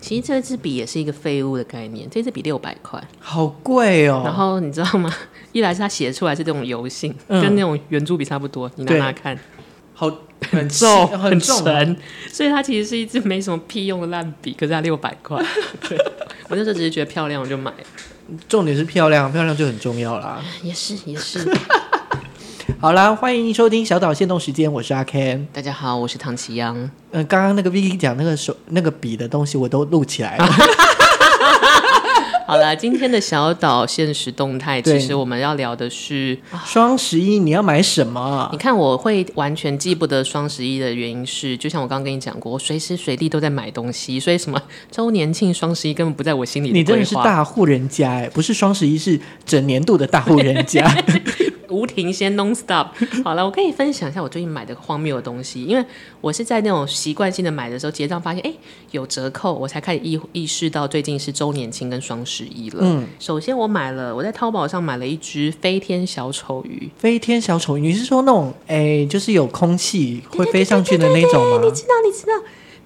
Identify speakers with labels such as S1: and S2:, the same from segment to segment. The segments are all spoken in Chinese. S1: 其实这支笔也是一个废物的概念，这支笔六百块。
S2: 好贵哦。
S1: 然后你知道吗？ 一来是它写出来是这种油性，
S2: 嗯
S1: 跟那种圆珠笔差不多，你拿
S2: 对
S1: 拿看，
S2: 好很
S1: 重
S2: 重
S1: 很
S2: 很重啊，
S1: 沉，所以它其实是一支没什么屁用的烂笔，可是它六百块。对 我那时候只是觉得漂亮，我就买了。
S2: 重点是漂亮，漂亮就很重要啦。
S1: 也是也是。
S2: 好啦，欢迎收听小岛限动时间，我是阿 Ken。
S1: 大家好，我是唐奇阳。
S2: 嗯、刚刚那个 Vicky 讲那个手那个笔的东西，我都录起 来了。
S1: 好啦，今天的小岛现实动态，
S2: 对
S1: 其实我们要聊的是，
S2: 双十一你要买什么
S1: 你？看我会完全记不得双十一的原因是，就像我刚刚跟你讲过，我随时随地都在买东西，所以什么周年庆、双十一根本不在我心里
S2: 你真
S1: 规
S2: 的是
S1: 划。
S2: 大户人家哎、不是双十一，是整年度的大户人家。
S1: 无停歇 non stop。好了，我可以分享一下我最近买的荒谬的东西，因为我是在那种习惯性的买的时候，结账发现哎、诶有折扣，我才开始意意识到最近是周年庆跟双十一了。
S2: 嗯，
S1: 首先我买了，我在淘宝上买了一只飞天小丑鱼，
S2: 飞天小丑，你是说那种哎、就是有空气会飞上去的那种吗？
S1: 知道，你知道。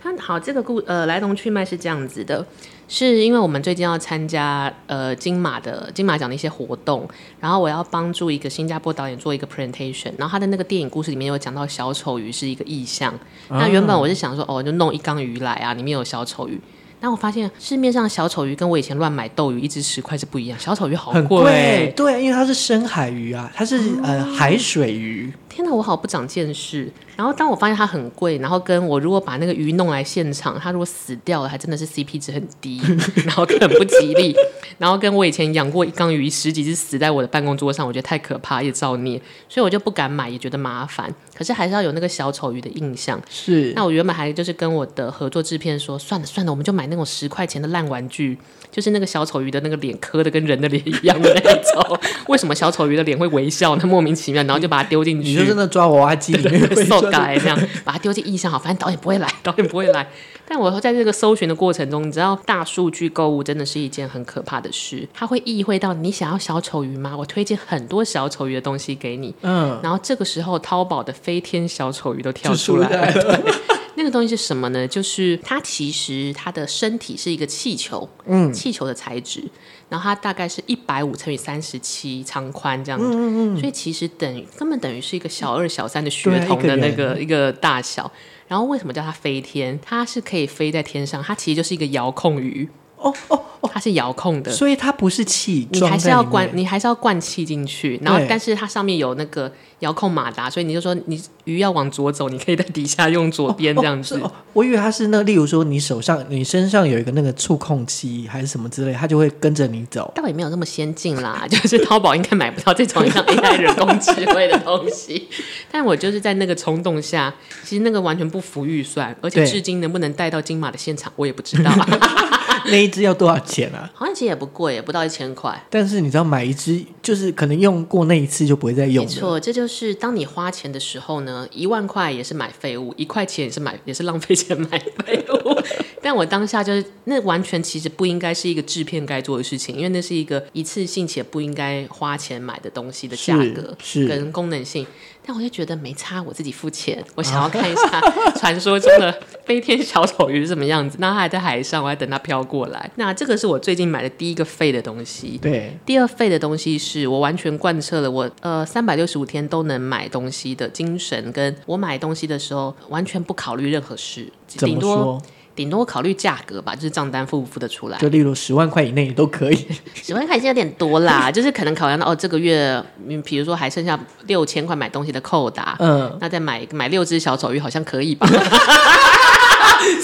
S1: 它好，这个故呃来龙去脉是这样子的，是因为我们最近要参加呃金马的金马奖的一些活动，然后我要帮助一个新加坡导演做一个 presentation，然后他的那个电影故事里面有讲到小丑鱼是一个意象，那原本我是想说哦就弄一缸鱼来啊，里面有小丑鱼。但我发现市面上小丑鱼跟我以前乱买斗鱼一只十块是不一样，小丑鱼好
S2: 很
S1: 贵，
S2: 对，因为它是深海鱼啊，它是、呃海水鱼，
S1: 天哪，我好不长见识。然后当我发现它很贵，然后跟我如果把那个鱼弄来现场，它如果死掉了，还真的是 CP 值很低， 然后很不吉利。然后跟我以前养过一缸鱼，十几只死在我的办公桌上，我觉得太可怕，也造孽，所以我就不敢买，也觉得麻烦。可是还是要有那个小丑鱼的印象。
S2: 是
S1: 那我原本还就是跟我的合作制片说，算了算了，我们就买那种十块钱的烂玩具，就是那个小丑鱼的那个脸磕的跟人的脸一样的那一种。为什么小丑鱼的脸会微笑呢？莫名其妙，然后就把它丢进去。
S2: 你就是那抓娃娃机里面会
S1: 受
S2: 抓的
S1: 改这样，把它丢进意象好，反正导演不会来，导演不会来。但我在这个搜寻的过程中，你知道大数据购物真的是一件很可怕的事，它会意会到你想要小丑鱼吗？我推荐很多小丑鱼的东西给你，
S2: 嗯，
S1: 然后这个时候淘宝的飞天小丑鱼都跳
S2: 就
S1: 出
S2: 出
S1: 来了
S2: 来。了。
S1: 那个东西是什么呢？就是它其实它的身体是一个气球，
S2: 嗯
S1: 气球的材质，然后它大概是一百五乘以三十七长宽这样子，
S2: 嗯
S1: 所以其实等于根本等于是一个小二小三的
S2: 对
S1: 学
S2: 啊
S1: 童
S2: 一个
S1: 的那
S2: 人
S1: 个一个大小。然后为什么叫它飞天？它是可以飞在天上，它其实就是一个遥控鱼，
S2: 哦哦，
S1: 它是遥控的。
S2: 所以它不是气，
S1: 你
S2: 装
S1: 还是
S2: 在
S1: 要
S2: 里面
S1: 灌，你还是要灌气进去，然后
S2: 对
S1: 但是它上面有那个遥控马达，所以你就说你鱼要往左走，你可以在底下用左边这样子。
S2: 哦，我以为它是那，例如说你手上、你身上有一个那个触控器还是什么之类，它就会跟着你走。
S1: 倒也没有那么先进啦， 就是淘宝应该买不到这种像 AI 人工智慧的东西。但我就是在那个冲动下，其实那个完全不符预算，而且
S2: 对
S1: 至今能不能带到金马的现场，我也不知道。啊
S2: 那一只要多少钱啊？
S1: 好像其实也不贵，不到一千块。
S2: 但是你知道，买一只就是可能用过那一次就不会再用
S1: 没
S2: 了。
S1: 错，这就是当你花钱的时候呢，一万块也是买废物，一块钱也是买，也是浪费钱买废物。 但我当下就是，那完全其实不应该是一个制片该做的事情，因为那是一个一次性且不应该花钱买的东西的价格
S2: 是是
S1: 跟功能性。但我就觉得没差，我自己付钱，我想要看一下传说中的飞天小丑鱼是什么样子。那它还在海上，我还等它飘过来。那这个是我最近买的第一个废的东西。
S2: 对，
S1: 第二费的东西是我完全贯彻了我呃三百六十五天都能买东西的精神，跟我买东西的时候完全不考虑任何事，
S2: 怎
S1: 顶
S2: 么
S1: 多
S2: 说？
S1: 顶多考虑价格吧，就是账单付不付得出来。
S2: 就例如十万块以内也都可以。
S1: 十万块钱有点多啦， 就是可能考量到哦这个月，嗯，比如说还剩下六千块买东西的扣打，
S2: 嗯，
S1: 那再买买六只小丑鱼好像可以吧。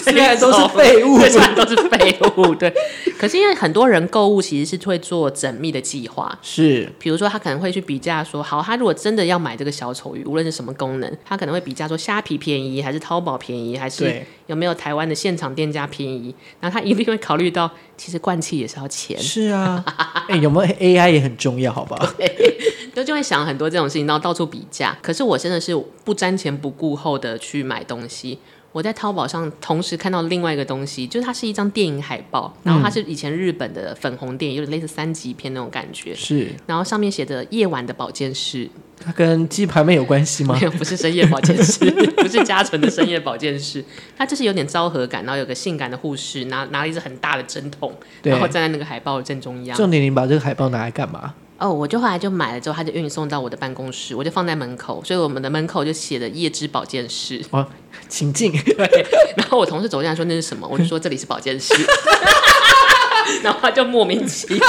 S2: 虽然都是废物
S1: 对虽然都是废物，对。可是因为很多人购物其实是会做缜密的计划，
S2: 是
S1: 比如说，他可能会去比价说，好，他如果真的要买这个小丑鱼，无论是什么功能，他可能会比价说虾皮便宜，还是淘宝便宜，还是
S2: 对
S1: 有没有台湾的现场店家便宜。然后他一定会考虑到，其实灌气也是要钱，
S2: 是啊，哎、有没有 AI 也很重要，好吧？
S1: 就就会想很多这种事情，然后到处比价。可是我真的是不瞻前不顾后的去买东西。我在淘宝上同时看到另外一个东西，就是它是一张电影海报，然后它是以前日本的粉红电影，有点类似三级片那种感觉。
S2: 是
S1: 然后上面写着“夜晚的保健室
S2: 它跟鸡排妹有关系”，吗
S1: 没？有， 不是深夜保健室，不是嘉纯的深夜保健室，它就是有点昭和感，然后有个性感的护士拿拿了一支很大的针筒，
S2: 对
S1: 然后站在那个海报的正中央。
S2: 重点，你把这个海报拿来干嘛？
S1: 哦，我就后来就买了之后，他就运送到我的办公室，我就放在门口，所以我们的门口就写的“夜之保健室”。
S2: 哦，请进。
S1: 然后我同事走进来说那是什么，我就说这里是保健室， 然后他就莫名其妙，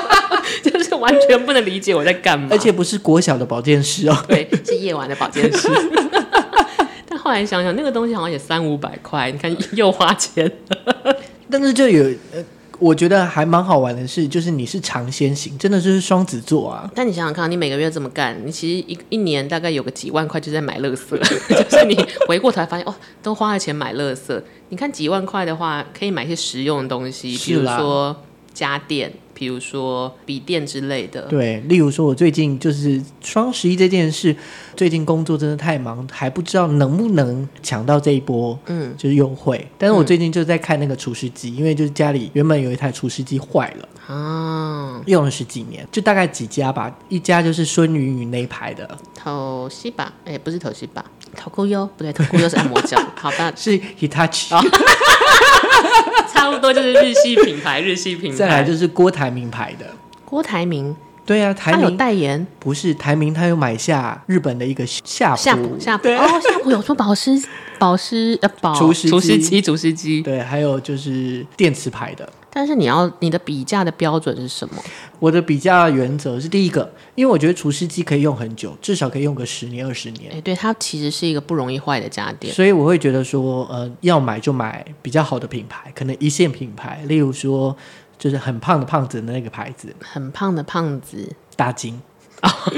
S1: 就是完全不能理解我在干嘛。
S2: 而且不是国小的保健师哦，
S1: 对，是夜晚的保健室。 但后来想想，那个东西好像也三五百块，你看又花钱。
S2: 但是就有呃，我觉得还蛮好玩的是，就是你是尝鲜型，真的就是双子座啊。
S1: 但你想想看，你每个月这么干，你其实一一年大概有个几万块就在买乐色， 就是你回过头来发现哦，都花了钱买乐色。你看几万块的话，可以买一些实用的东西，比
S2: 是
S1: 如
S2: 啦
S1: 说家电，比如说笔电之类的。
S2: 对，例如说，我最近就是双十一这件事，最近工作真的太忙，还不知道能不能抢到这一波，
S1: 嗯，
S2: 就是优惠。但是我最近就在看那个除湿机，因为就是家里原本有一台除湿机坏了，
S1: 啊，
S2: 用了十几年，就大概几家吧，一家就是孙云云那一排的，
S1: 头西吧，哎、不是头西吧，头箍优不对，头箍优是按摩脚， 好吧，
S2: 是 Hitachi，、
S1: 差不多就是日系品牌，日系品牌。
S2: 再来就是郭台铭牌的。
S1: 郭台铭，
S2: 对啊，台
S1: 他有
S2: 铭
S1: 代言
S2: 不是台铭，他有买下日本的一个夏
S1: 夏
S2: 普
S1: 普，夏普
S2: 对
S1: 哦，夏普有出保湿保湿呃保
S2: 除湿机
S1: 除湿机除湿机，
S2: 对，还有就是电池牌的。
S1: 但是你要你的比价的标准是什么？
S2: 我的比较原则是第一个，因为我觉得除湿机可以用很久，至少可以用个十年二十年，
S1: 哎、对，它其实是一个不容易坏的家电。
S2: 所以我会觉得说，呃，要买就买比较好的品牌，可能一线品牌，例如说就是很胖的胖子的那个牌子
S1: 很胖的胖子，
S2: 大金，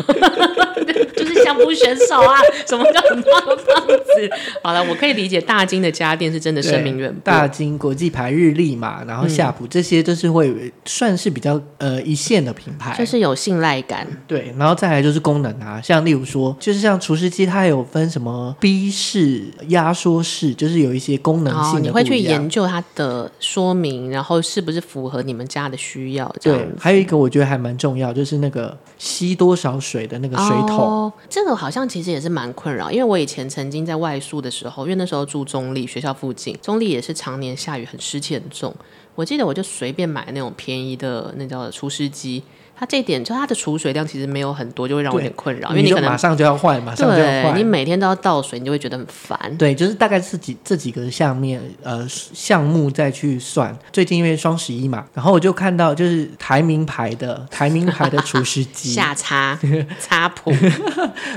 S1: 就是相扑选手啊！ 什么叫很胖的胖子？ 好了，我可以理解大金的家电是真的声名远播，嗯
S2: 大金国际牌、日立嘛，然后夏普、这些都是会算是比较呃一线的品牌，
S1: 就是有信赖感。
S2: 对，然后再来就是功能啊，像例如说，就是像除湿机，它有分什么 B 式、压缩式，就是有一些功能
S1: 哦，
S2: 性
S1: 你
S2: 的、不
S1: 会去
S2: 一样
S1: 研究它的说明，然后是不是符合你们家的需要？这样
S2: 对，还有一个我觉得还蛮重要，就是那个吸多少水的那个水桶。
S1: 哦，这个好像其实也是蛮困扰，因为我以前曾经在外宿的时候，因为那时候住中立学校附近，中立也是常年下雨，很湿气很重。我记得我就随便买那种便宜的那叫除湿机，它这一点就它的储水量其实没有很多，就会让我有
S2: 对
S1: 点困扰，因
S2: 你
S1: 为
S2: 就
S1: 可
S2: 马
S1: 能
S2: 上就要换，马上就要
S1: 对你
S2: 换。嗯
S1: 每天都要倒水，你就会觉得很烦。
S2: 对，就是大概这几这几个下面呃项目再去算。最近因为双十一嘛，然后我就看到就是台名牌的台名牌的除 湿机，
S1: 下擦 擦谱，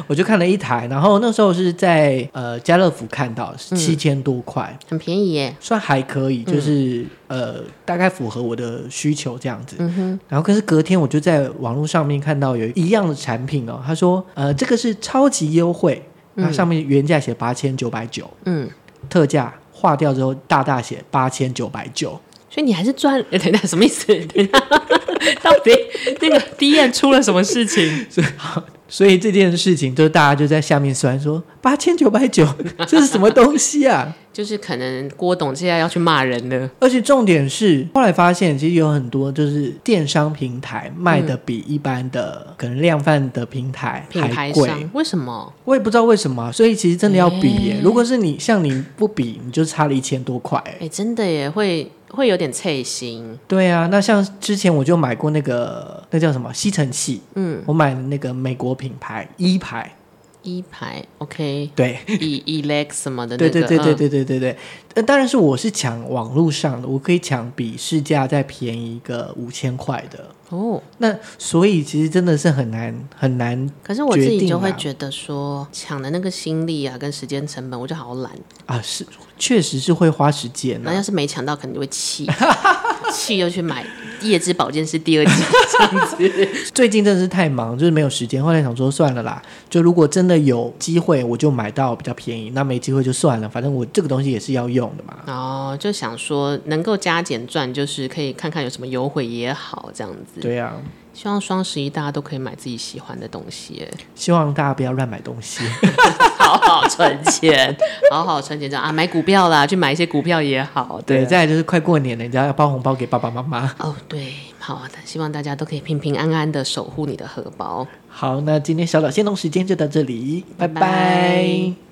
S2: 我就看了一台，然后那时候是在呃家乐福看到是七千多块，
S1: 很便宜耶。
S2: 算还可以，就是、呃，大概符合我的需求这样子。然后可是隔天我就在网络上面看到有一样的产品哦，他说呃这个是超级优惠，那上面原价写八千九百九，
S1: 嗯，
S2: 特价划掉之后大大写八千九百九。
S1: 所以你还是赚？ 呃等一下什么意思？等一下，到底那个 D N 出了什么事情？
S2: 所以这件事情，就大家就在下面酸说八千九百九，这是什么东西啊？
S1: 就是可能郭董现在要去骂人了。
S2: 而且重点是，后来发现其实有很多就是电商平台卖的比一般的、可能量贩的平台
S1: 品
S2: 还
S1: 牌
S2: 贵，
S1: 商为什么？
S2: 我也不知道为什么啊、所以其实真的要比耶、
S1: 欸
S2: 如果是你像你不比，你就差了一千多块、
S1: 哎、真的耶，会会有点脆心。
S2: 对啊，那像之前我就买过那个那叫什么吸尘器，嗯，我买的那个美国品牌一牌，
S1: 一排 OK，
S2: 对，
S1: e elect 什么的那
S2: 对
S1: 个，
S2: 对对对
S1: 嗯
S2: 对对对对。呃，当然是我是抢网络上的，我可以抢比市价再便宜个五千块的。
S1: 哦。
S2: 那所以其实真的是很难很难
S1: 可是我自
S2: 决
S1: 己
S2: 定
S1: 就会
S2: 啦
S1: 觉得说，抢的那个心力啊，跟时间成本，我就好懒。
S2: 啊，是确实是会花时间
S1: 然
S2: 啊呢、
S1: 后要是没抢到，肯定会气， 气又去买《夜之保健室》第二季 这样子。
S2: 最近真的是太忙，就是没有时间。后来想说算了啦，就如果真的有机会，我就买到比较便宜；那没机会就算了，反正我这个东西也是要用的嘛。
S1: 哦，就想说能够加减赚，就是可以看看有什么优惠也好，这样子。
S2: 对啊，
S1: 希望双十一大家都可以买自己喜欢的东西耶，
S2: 希望大家不要乱买东 西。
S1: 啊好好存钱，好好存钱，这样啊，买股票啦，去买一些股票也好，
S2: 对，
S1: 对，
S2: 再来就是快过年了，你知道要包红包给爸爸妈妈。
S1: 哦，对，好，希望大家都可以平平安安的守护你的荷包。
S2: 好，那今天小岛仙农时间就到这里，拜
S1: 拜拜
S2: 拜